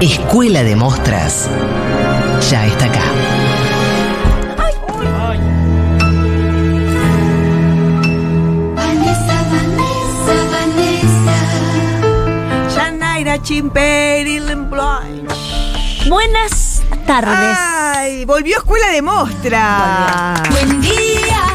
Escuela de Mostras ya está acá. Vanessa, Vanessa, Vanessa. Shanaira Chimperi Blanche. Buenas tardes. Ay, volvió Escuela de Mostra. Buen día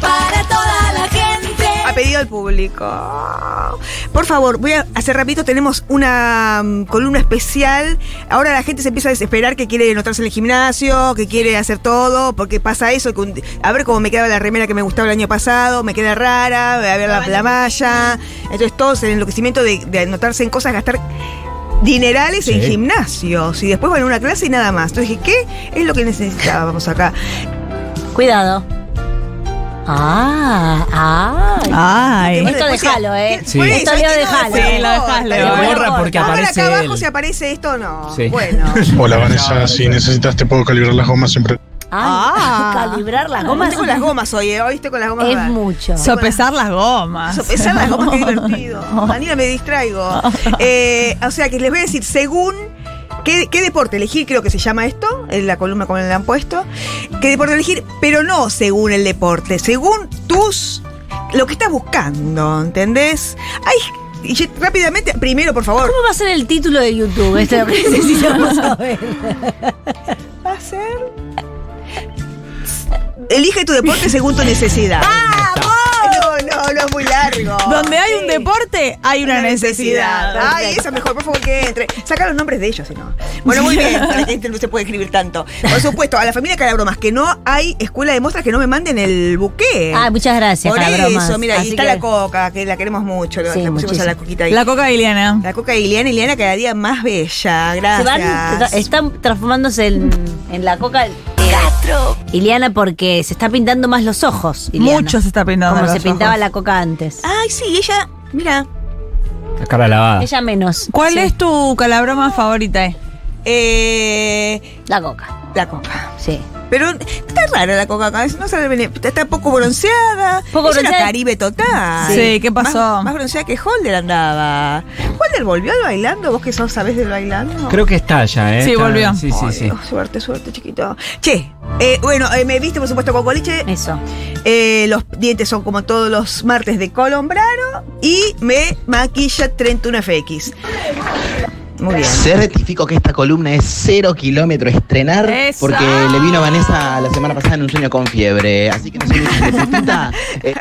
para toda la gente. A pedido del público. Por favor, voy a hacer rapidito, tenemos una mm, columna especial. Ahora la gente se empieza a desesperar que quiere notarse en el gimnasio, que quiere hacer todo, porque pasa eso. que un- a ver cómo me quedaba la remera que me gustaba el año pasado, me queda rara, a ver la, la malla. Entonces todos el enloquecimiento de, de anotarse en cosas, gastar dinerales en Sí. gimnasios y después van a una clase y nada más. Entonces dije, ¿qué es lo que necesitábamos acá? Cuidado. Ah, ah. Ay. Esto Después, déjalo, ¿qué- ¿eh? Sí. por eso, Esto lo es que no, déjalo. por Sí, lo favor, dejás, por lo favor. borra porque Ahora aparece acá abajo él. si aparece esto, no. Sí. Bueno. Hola Vanessa, si necesitas te puedo calibrar las gomas siempre. Ay, Ah. calibrar las Gomas gomas con las gomas hoy, ¿eh? Hoy estoy con las gomas. es raras. mucho. Sopesar las gomas. Sopesar las gomas, qué divertido. Daniela, me distraigo. Eh, o sea, que les voy a decir, según qué, qué deporte elegir, creo que se llama esto, en la columna como le han puesto, qué deporte elegir, pero no según el deporte, según tus, lo que estás buscando, ¿entendés? Ay, y yo- rápidamente, primero, por favor. ¿Cómo va a ser el título de YouTube? Esto es lo que necesitamos saber. va a ser? Elige tu deporte según tu necesidad. ¡Vamos! No, no, no es muy largo. Donde hay un Sí. deporte, hay una necesidad. Ay, eso mejor, por favor, que entre. Saca los nombres de ellos, si no. Bueno, muy bien, para que este no se puede escribir tanto. Por supuesto, a la familia Calabromas, que no hay escuela de muestras que no me manden el buque. Ah, muchas gracias, Por Calabromas. eso, mira, Así y está que- la coca, que la queremos mucho. la- Sí, la pusimos a la muchísimo. coquita ahí. La coca de Iliana. La coca de Ileana, Ileana cada día más bella. Se van- Gracias. están transformándose en, en la coca. Iliana, porque se está pintando más los ojos. Iliana. Mucho se está pintando. Como los se pintaba ojos. la coca antes. Ay, sí, ella, mira. La cara lavada. Ella menos. ¿Cuál Sí, es tu calabroma favorita? eh? Eh, La coca. la coca. Sí. Pero está rara la coca, acá, no sale bien. Está poco bronceada. Poco es una bronceada. Caribe total. Sí, ¿qué pasó? Más, más bronceada que Holder andaba. ¿Holder volvió al bailando? ¿Vos que sos, sabés del bailando? Creo que está ya, ¿eh? Sí, Está- volvió. Sí, sí, Ay, sí. Dios, suerte, suerte, chiquito. Che, eh, bueno, eh, me viste por supuesto con boliche. Eso. Eh, los dientes son como todos los martes de Colombrano. Y me maquilla 31FX. Muy bien. Certifico que esta columna es cero kilómetro estrenar ¡Eso! porque le vino a Vanessa la semana pasada en un sueño con fiebre. Así que no soy de putita. Eh,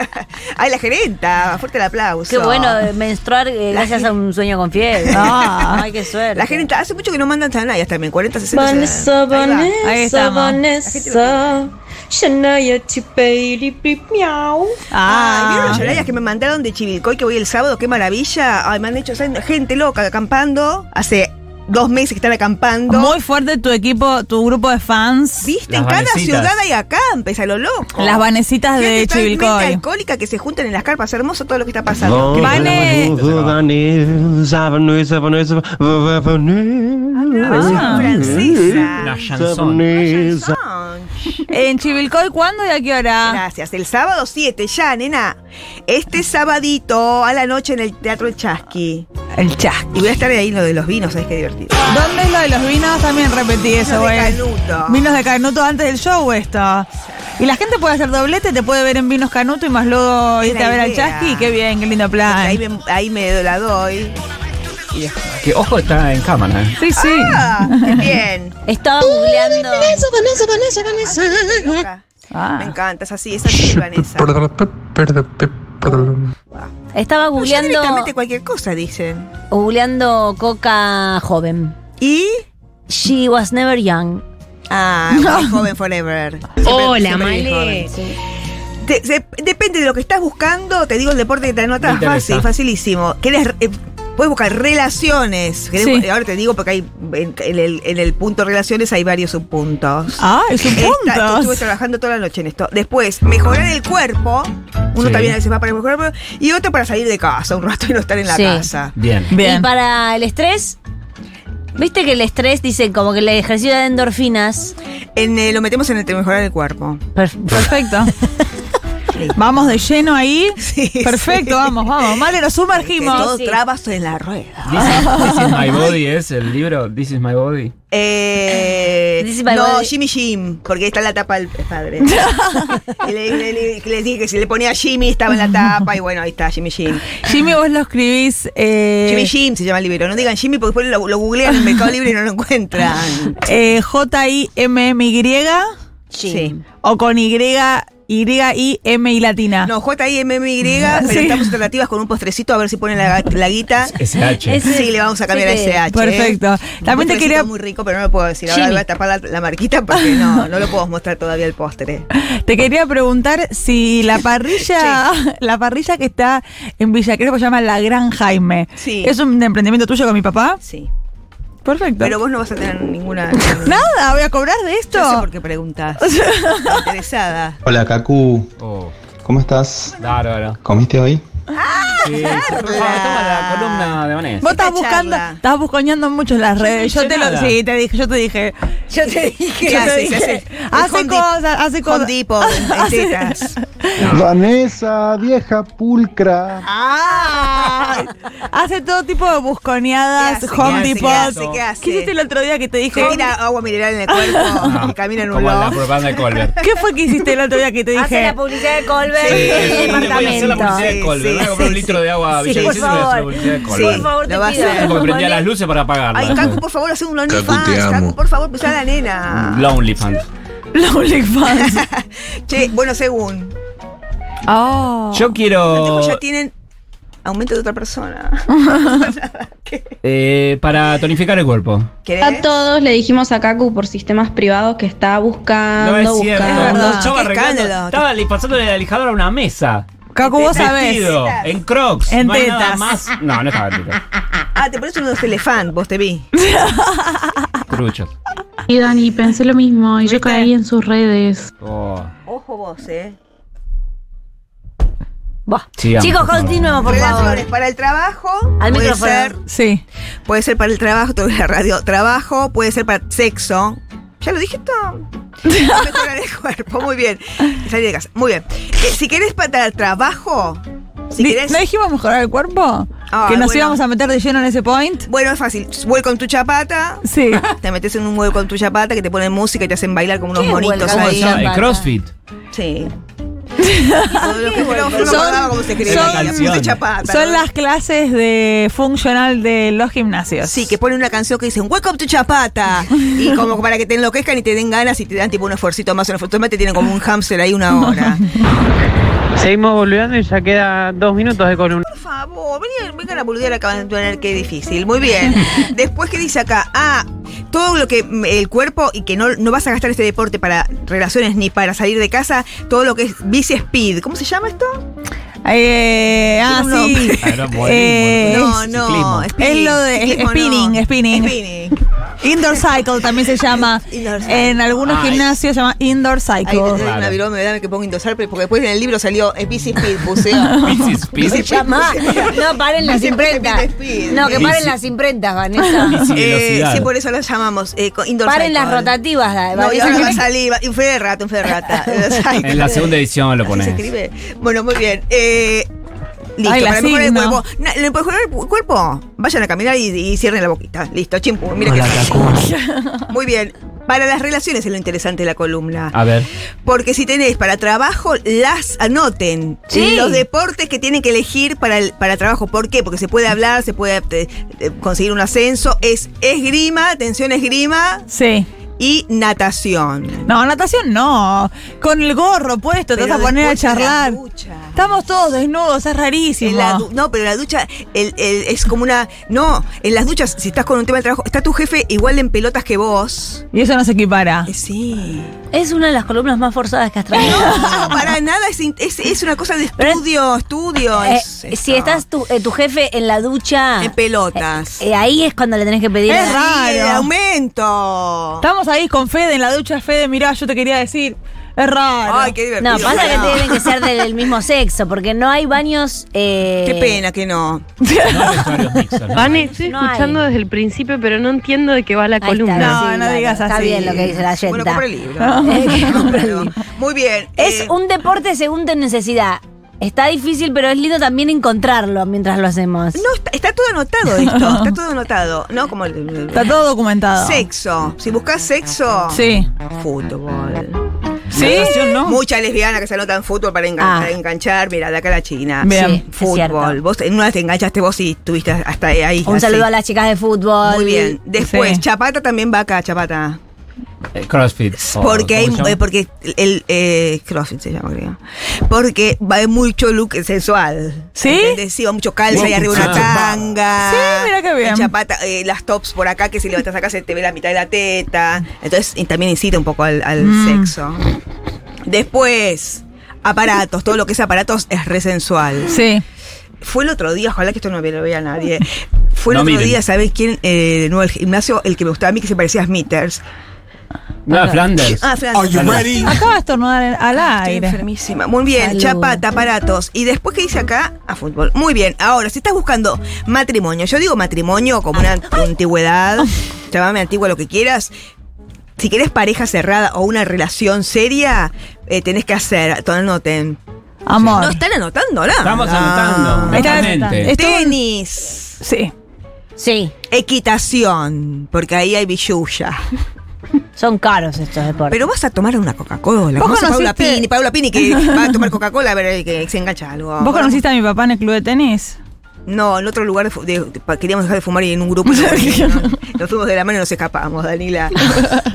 Ay, la gerenta. Fuerte el aplauso. Qué bueno eh, menstruar eh, La gracias gen- a un sueño con fiebre. Ah. Ay, qué suerte. La gente hace mucho que no mandan zanayas también, 40, 60. Vanessa, 60. Ahí va. Vanessa, Ahí estamos. Vanessa. Shania Chipeiri, pip, miau. Ay, ¿vieron las Ah, zanayas que me mandaron de Chivilcoy que voy el sábado? ¡Qué maravilla! Ay, me han hecho o sea, gente loca acampando. Hace dos meses que están acampando. muy fuerte tu equipo, tu grupo de fans. Viste, Las en cada vanecitas. ciudad hay acampes, a lo loco. Las vanecitas Gente de totalmente Chivilcoy. alcohólica que se juntan en las carpas. Hermoso todo lo que está pasando. Oh, Vane- Vanessa, Vanessa, Vanessa, Vanessa, Ah, La francesa. chanson. En Chivilcoy, ¿cuándo y a qué hora? Gracias. El sábado 7, ya, nena. Este sabadito a la noche en el Teatro El Chasqui. El chasqui. Y voy a estar ahí en lo de los vinos, ¿sabes qué divertido? ¿Dónde es lo de los vinos? También repetí eso, de güey. Canuto. Vinos de Canuto antes del show, esto. Y la gente puede hacer doblete, te puede ver en Vinos Canuto y más luego Es irte la a ver al idea. Chasqui. Qué bien, qué lindo Ahí plan. me, ahí me la doy. Que ojo está en cámara, ¿eh? Sí, sí. Ah, qué bien. Estaba googleando. Vanessa, Vanessa, Vanessa. Ah. Me encanta, es así, es así, Vanessa. Estaba Ya directamente googleando, cualquier cosa, dicen. googleando coca joven. Y. She was never young. Ah, muy joven forever. Hola, Male. depende de lo que estás buscando, te digo el deporte que te anotas, Me interesa. fácil, facilísimo. ¿Querés eh, Puedes buscar relaciones. Querés- Sí. Ahora te digo porque hay en, en el, en el punto relaciones hay varios subpuntos. Ah, es un Esta- yo estuve punto. trabajando toda la noche en esto. Después, mejorar el cuerpo. Uno Sí. también a veces va para mejorar el cuerpo. Y otro para salir de casa un rato y no estar en la Sí. casa. Bien. Y Bien. para el estrés, viste que el estrés dicen como que el ejercicio de endorfinas. En, eh, lo metemos en el de mejorar el cuerpo. Perfecto. Vamos de lleno ahí. Perfecto, sí. vamos, vamos. Vale, nos sumergimos. Todo sí. trabas en la rueda. This is my body es el libro. This is my body. Eh, This is my no, body. Jimmy Jim, porque está en la tapa el padre. Y le, le- le- que les dije que si le ponía Jimmy estaba en la tapa y bueno, ahí está Jimmy Jim. Jimmy, vos lo escribís. eh, Jimmy Jim se llama el libro. No digan Jimmy porque después lo, lo googlean en el Mercado Libre y no lo encuentran. eh, J-I-M-M-Y Sí. o con Y, Y-I-M y latina. No, J-I-M-M-Y, pero Ah. Sí. estamos en tratativas con un postrecito a ver si ponen la, la guita. SH. Ese- Sí, le vamos a cambiar sí que- a SH. Perfecto. ¿eh? También Un te postrecito quería- muy rico, pero no lo puedo decir. Ahora Jimmy. voy a tapar la, la marquita porque no, no lo puedo mostrar todavía el postre. Te quería preguntar si la parrilla, la parrilla que está en Villa Crespo se llama La Gran Jaime. Sí. ¿Es un emprendimiento tuyo con mi papá? Sí. Perfecto. Pero vos no vas a tener ninguna. Nada, voy a cobrar de esto. No sé por qué preguntás. Estoy interesada. Hola, Kaku. Oh, ¿Cómo estás? bárbaro. ¿Comiste hoy? Sí, por favor, toma la columna de Vanessa. Ah, Vos estás Esta buscando, charla. estás buscoñando mucho en las redes. no Yo hice te lo, nada. sí, te dije, yo te dije. Yo te dije, yo te hace, se dije. hace. Ah, Hace Home Dep- cosas, hace Con cosas. tipo, en tetas. Vanessa, vieja pulcra. Ah, hace todo tipo de busconeadas, ¿Qué hace? Home ¿Qué hace? Depot. ¿Qué hace? ¿Qué hace? hiciste el otro día que te dije? Se tira agua mineral en el cuerpo y camina en un Como la loft. Ah, propaganda de Colbert. ¿Qué fue que hiciste el otro día que te Hace dije? la publicidad de Colbert Sí, en el sí, voy a hacer la departamento. Sí, publicidad de sí, Colbert. Voy a comprar un sí, litro de agua Sí, Villavicencio por y voy a hacer la favor. publicidad de Sí, por Colbert. favor, te Lo va a pido. hacer. Porque prendía las Ponle- luces para apagarlas. Ay, Cacu, por favor, hace un Cacu, te OnlyFans. amo. Cacu, por favor, pues a la Ah. nena. Lonely fan. Lonely fans. Che, bueno, según. Oh. Yo quiero. Los ya tienen aumento de otra persona. eh, para tonificar el cuerpo. A ¿Querés? todos le dijimos a Kaku por sistemas privados que está Ah, buscando, No es cierto. buscando. No, verdad. Estaba, Qué arreglando- escándalo. estaba li- pasándole la lijadora a una mesa. Caco, Este, vos sabés. Vestido, en crocs. En no hay nada tetas. más. No, no estaba en tetas. Ah, te pones unos elefantes, vos te vi. Cruchos. Y Dani, pensé lo mismo y yo caí en sus redes. Oh. Ojo vos, eh. Buah. Sigamos, Chicos, por favor. continuemos, por favor. Relaciones para el trabajo. Al puede micrófono. ser- Sí. Puede ser para el trabajo, te voy a la radio. Trabajo, puede ser para sexo. Ya lo dije todo. Mejorar el cuerpo, muy bien. Salir de casa, muy bien. Eh, si querés para el trabajo, si Di- querés. ¿No dijimos mejorar el cuerpo? Ah, que nos bueno. íbamos a meter de lleno en ese point. Bueno, es fácil. Welcome tu chapata. Sí. Te metes en un hueco con tu chapata que te ponen música y te hacen bailar como unos ¿Qué monitos welcome ¿Cómo Ahí. se ahí. llama? El crossfit. Sí. Todos los que no, no me acordaba cómo se escribía. son- Le puse chapata, Son ¿no? las clases de funcional de los gimnasios. Sí, que ponen una canción que dicen Welcome to Chapata. Y como para que te enloquezcan y te den ganas y te dan tipo un esfuercito más, un esfuerzo más, te tienen como un hamster ahí una hora. Seguimos boludeando y ya queda dos minutos de columna. Por favor, vengan, vengan a boludear acá van a ver qué difícil. Muy bien. Después, ¿qué dice acá? Ah, todo lo que mm, el cuerpo y que no, no vas a gastar este deporte para relaciones ni para salir de casa, todo lo que es bici speed. ¿Cómo se llama esto? Eh, ah, Tiene un sí. nombre. Eh, no, no. ciclismo. speed, Es lo de- ciclismo, spinning, spinning. Spinning. Indoor cycle también se llama. Indoor cycle. en algunos Ay. gimnasios se llama indoor Ahí te cycle. doy una Claro. virome, dame que pongo indosar, porque después en el libro salió eh, bici speed, puse. Bici speed. Bici Ya más. No, paren las Siempre imprentas. te pide speed. No, que paren Bici- las imprentas, Vanessa. Bici Eh, velocidad. sí, por eso las llamamos. Eh, co- indoor Paren cycle. las rotativas, da- No, y ahora va a Vanessa. salir. va- Un fe de rata, un fe de rata. En la segunda edición Así lo se pones. escribe. Bueno, muy bien. Eh, listo, Ay, la para mejorar el signo. cuerpo. Na- ¿Le puedes mejorar el cuerpo? Vayan a caminar y, y cierren la boquita. Listo, chimpu. Mira que Muy bien. Para las relaciones es lo interesante de la columna. A ver. Porque si tenés para trabajo, las anoten. Sí. Los deportes que tienen que elegir para, el, para trabajo. ¿Por qué? Porque se puede hablar, se puede eh, eh, conseguir un ascenso. Es esgrima, atención esgrima Sí. y natación. No, natación no. Con el gorro puesto te Pero vas a poner a después de la charlar. ducha. Estamos todos desnudos, es rarísimo. En la du- no, pero la ducha el- el- es como una. No, en las duchas, si estás con un tema de trabajo, está tu jefe igual en pelotas que vos. Y eso no se equipara. Eh, Sí. Es una de las columnas más forzadas que has traído. No, para nada, es, in- es- es una cosa de estudio, estudio. Eh, es- es- si no. estás tu, eh, tu jefe en la ducha, En pelotas. eh, ahí es cuando le tenés que pedir. eh, Es a- raro. Ay, el aumento. Estamos ahí con Fede en la ducha. Fede, mirá, yo te quería decir. Es raro. Ay, qué divertido. No, pasa que No. tienen que ser del mismo sexo, porque no hay baños. eh, Qué pena que no. No hay vestuarios mixtos, ¿no? Vane, estoy No escuchando desde el principio, pero no entiendo de qué va la ahí está, columna. No, no digas Está así. bien lo que dice la Bueno, yenta. compra el libro. Eh, compra el libro. Muy bien. eh, Es un deporte según tu necesidad. Está difícil, pero es lindo también encontrarlo mientras lo hacemos. No, está, está todo anotado esto. Está todo anotado. ¿No? Como el- el- Está todo documentado. Sexo. Si buscas sexo. Sí. Fútbol. ¿Sí? Mucha lesbiana que se anota en fútbol para, engan- Ah. para enganchar. Mira, de acá la China. Bien. Sí, es Fútbol. cierto. Vos en una te enganchaste vos y tuviste hasta ahí. Un así. saludo a las chicas de fútbol. Muy bien. Después, Sí. Chapata también va acá, Chapata. Eh, Crossfit. o- Porque hay, ¿cómo se llama? eh, porque el eh, CrossFit se llama, creo. Porque va hay mucho look sensual. ¿Sí? ¿Entendés? Sí, va mucho calza y arriba una Mucho chapada. tanga. Sí, mira qué bien. Chapata, eh, las tops por acá que si levantas acá se te ve la mitad de la teta. Entonces y también incita un poco al, al Mm. sexo. Después, aparatos, todo lo que es aparatos es re sensual. Sí. Fue el otro día, ojalá que esto no me lo vea nadie. Fue el No otro miren. día, ¿sabes quién? Eh, de nuevo el gimnasio, el que me gustaba a mí, que se parecía a Smithers. No, Flanders. Ah, Fran. Acaba de estornudar en- al Estoy aire. enfermísima. Muy bien, Salud. chapata, aparatos. Y después, ¿qué dice acá? A fútbol. Muy bien. Ahora, si estás buscando matrimonio, yo digo matrimonio como una antigüedad, llámame antigua lo que quieras. Si querés pareja cerrada o una relación seria, eh, tenés que hacer, to- anoten. No Amor. están anotando, ¿no? Estamos No. Ah. anotando. Está- justamente. es- Tenis, Sí. Sí, equitación, porque ahí hay billulla. son caros estos deportes. Pero vas a tomar una Coca-Cola. Vos Vamos a Paula conociste- Pini, Paula Pini que va a tomar Coca-Cola a ver eh, que se engancha algo. ¿Vos conociste a mi papá en el club de tenis? No, en otro lugar de fu- de- de- pa- queríamos dejar de fumar y en un grupo no pudimos, ¿no? nos fuimos de la mano y nos escapamos, Danila.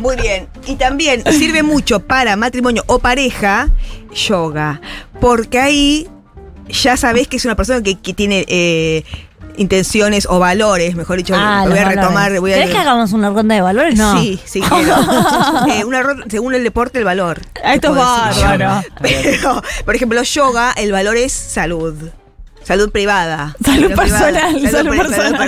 Muy bien. Y también sirve mucho para matrimonio o pareja yoga, porque ahí ya sabés que es una persona que, que tiene eh, intenciones o valores, mejor dicho, Ah, lo voy a los valores. retomar. Voy a, ¿Querés que hagamos una ronda de valores? No. Sí, sí. quiero. Eh, una ro- según el deporte, el valor. Ah, Esto es Te puedo decir. bárbaro. Pero, por ejemplo, yoga, el valor es salud. Salud privada. Salud privada, personal, salud pri- salud personal.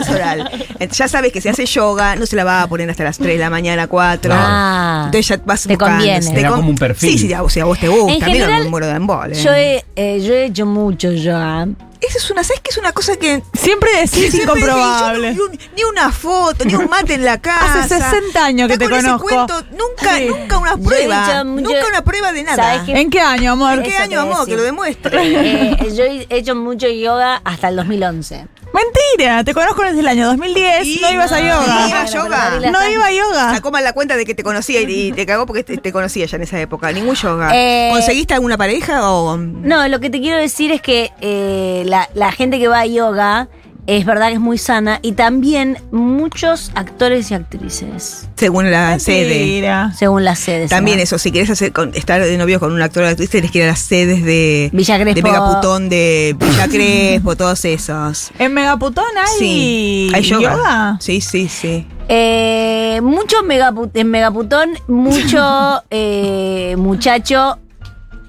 personal. Eh, Ya sabes que si hace yoga, no se la va a poner hasta las 3 de la mañana, 4. Ah. Entonces ya vas Te buscando, conviene. te Era con- como un perfil. Sí, sí, a vos, si a vos te gusta. A mí no general, me muero de embole. Yo he, eh, yo he hecho mucho yoga. Esa es una, ¿sabes que es una cosa que... Siempre que decís siempre incomprobable. dije, yo no- ni un- ni una foto, ni un mate en la casa. Hace 60 años que Está te con ese conozco. cuento, nunca, Sí. nunca una Yo he prueba. dicho Nunca mucho- una prueba de nada. ¿Sabes qué? ¿En qué año, amor? ¿En qué Eso te año, voy a amor? Que decir. lo demuestre. Eh, yo he hecho mucho yoga hasta el 2011. Mentira, te conozco desde el año 2010. Y no ibas a no, yoga. Ah. no iba a yoga. Bueno, No iba a yoga. Sacó mal la cuenta de que te conocía y, y te cagó porque te, te conocía ya en esa época. Ningún yoga. Eh, ¿Conseguiste alguna pareja o.? No, lo que te quiero decir es que eh, la, la gente que va a yoga es verdad que es muy sana y también muchos actores y actrices, Según la sede. Mentira. según las sedes. También ¿no? eso, si querés hacer con- estar de novio con un actor o actriz, tenés que ir a las sedes de. Villa Crespo. De Megaputón, de Villa Crespo, todos esos. En Megaputón hay, Sí. ¿Hay yoga? yoga. Sí, sí, sí. Eh, mucho megapu- en Megaputón, mucho eh, muchacho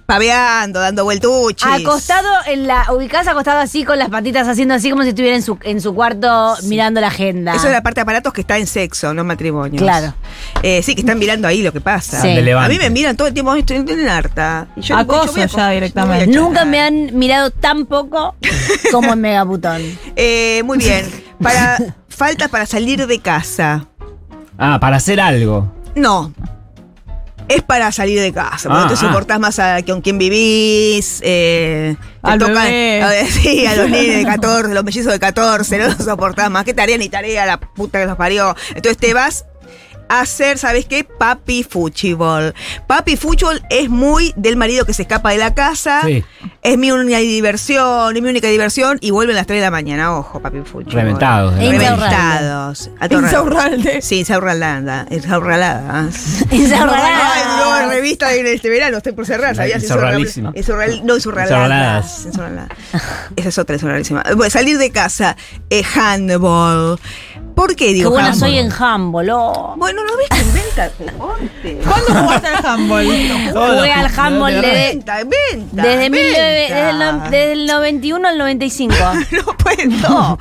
Paveando, dando vueltuchis. acostado en la. ubicás acostado así con las patitas haciendo así como si estuviera en su, en su cuarto mirando la agenda. Eso es la parte de aparatos que está en sexo, no en matrimonio. Ah. Claro. Eh, sí, que están mirando ahí lo que pasa. Sí. De A Levante. mí me miran todo el tiempo, "Ay, estoy en harta. Y yo, Acoso yo voy a ya directamente. yo voy a Nunca me chorar. han mirado tan poco como en Megaputón. Eh, muy bien. Para, faltas para salir de casa. Ah, para hacer algo. No. Es para salir de casa. porque Ah, tú ah. soportás más a con quién vivís. Eh, te Al bebé. a- sí, a los nenes de 14, los mellizos de 14. No los soportás más. ¿Qué tarea ni tarea la puta que los parió? Entonces te vas a hacer, ¿sabes qué? Papi Fuchibol. Papi Fuchibol es muy del marido que se escapa de la casa. Sí. Es mi única diversión, es mi única diversión. Y vuelve a las 3 de la mañana. Ojo, Papi Fuchibol. Reventados, de verdad. Reventados. Atorrados. Insaurralde. ah, Sí, Insaurralanda. Insaurralada. Esa Ay, no, una revista de este verano, estoy por cerrar, ¿sabías? Ensorralísima. Ensorral- no, ensorraladas. Ensorraladas. Ensorraladas. Esa es otra ensorralísima. Bueno, salir de casa, eh, handball. ¿Por qué Qué digo buena handball? soy en handball, oh. Bueno, ¿no ves que inventa deporte? ¿Cuándo jugaste al handball? Todos Jugué los al handball jugadores de- Inventa, inventa. Desde, mil inventa. nueve- desde el, no- desde el 91 al 95. No puedo. En la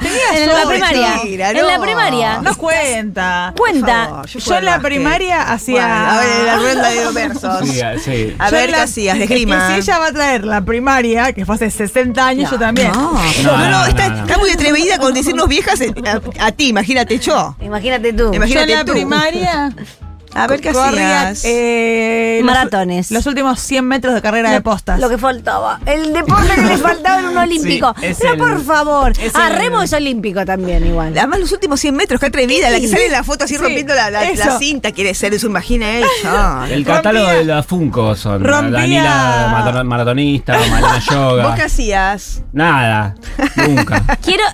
primaria. Mentira, En la no. primaria. No cuenta. Cuenta. Por favor, Yo, jugué en la al básquet. primaria Bueno, hacía. a ver, la rueda de los versos. Sí, ah, sí. A Yo ver en qué la- hacías, de es que esgrima. Si ella va a traer la primaria, que fue hace 60 años, yo también. No, no, no, No, no, no, Ah, está, no, no. está muy atrevida con decirnos viejas eh, a, a ti, imagínate yo. Imagínate tú. Imagínate Yo en la tú. primaria. A ver qué corría, hacías. eh, los- Maratones. Los, últimos 100 metros de carrera de postas. Lo que faltaba. El deporte que le faltaba en un olímpico. Sí, es no, el- por favor. es Ah, el- remo es olímpico también, igual. Además, los últimos 100 metros, qué atrevida, la que sale en la foto así Sí, rompiendo la, la- la eso. cinta, quiere ser, eso imagina ella. El catálogo de la Funko son. rompía- Danila Matar- maratonista, Marina ¿Vos qué Yoga. hacías? Nada. Nunca. Quiero,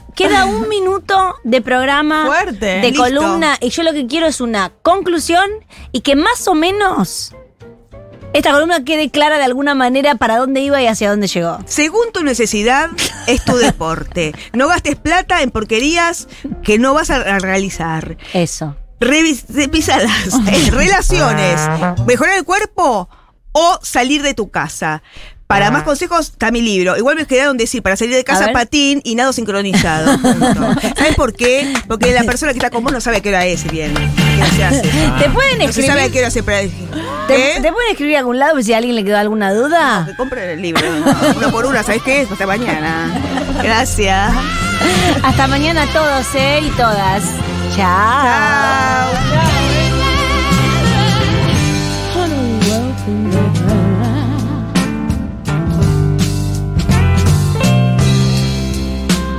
queda un minuto de programa, Fuerte. de Listo. columna, y yo lo que quiero es una conclusión y que más o menos esta columna quede clara de alguna manera para dónde iba y hacia dónde llegó. Según tu necesidad, es tu deporte. No gastes plata en porquerías que no vas a- a realizar. Eso. Revis- revisar las eh, relaciones, mejorar el cuerpo o salir de tu casa. Para más consejos está mi libro. Igual me quedaron decir, para salir de Ah. A casa ver. patín y nado sincronizado. Punto. ¿Sabes por qué? Porque la persona que está con vos no sabe a qué hora es bien. ¿Qué se hace? ¿Te pueden No se escribir? sabe a qué hora se pre- ¿Te, ¿Eh? te pueden escribir a algún lado por si a alguien le quedó alguna duda? Que compre el libro. Uno por uno, ¿sabes qué es? Hasta mañana. Gracias. Hasta mañana a todos, ¿eh? Y todas. Chao. Chao.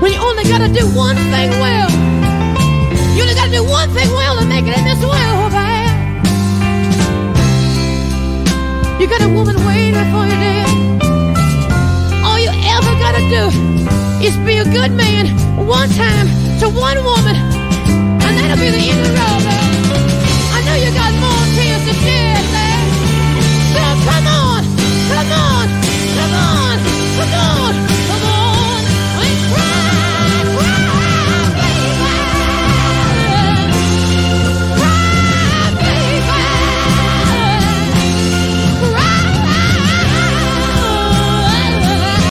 When you only gotta do one thing well, you only gotta do one thing well to make it in this world, man. You got a woman waiting for you there. All you ever gotta do is be a good man one time to one woman, and that'll be the end of the road, man.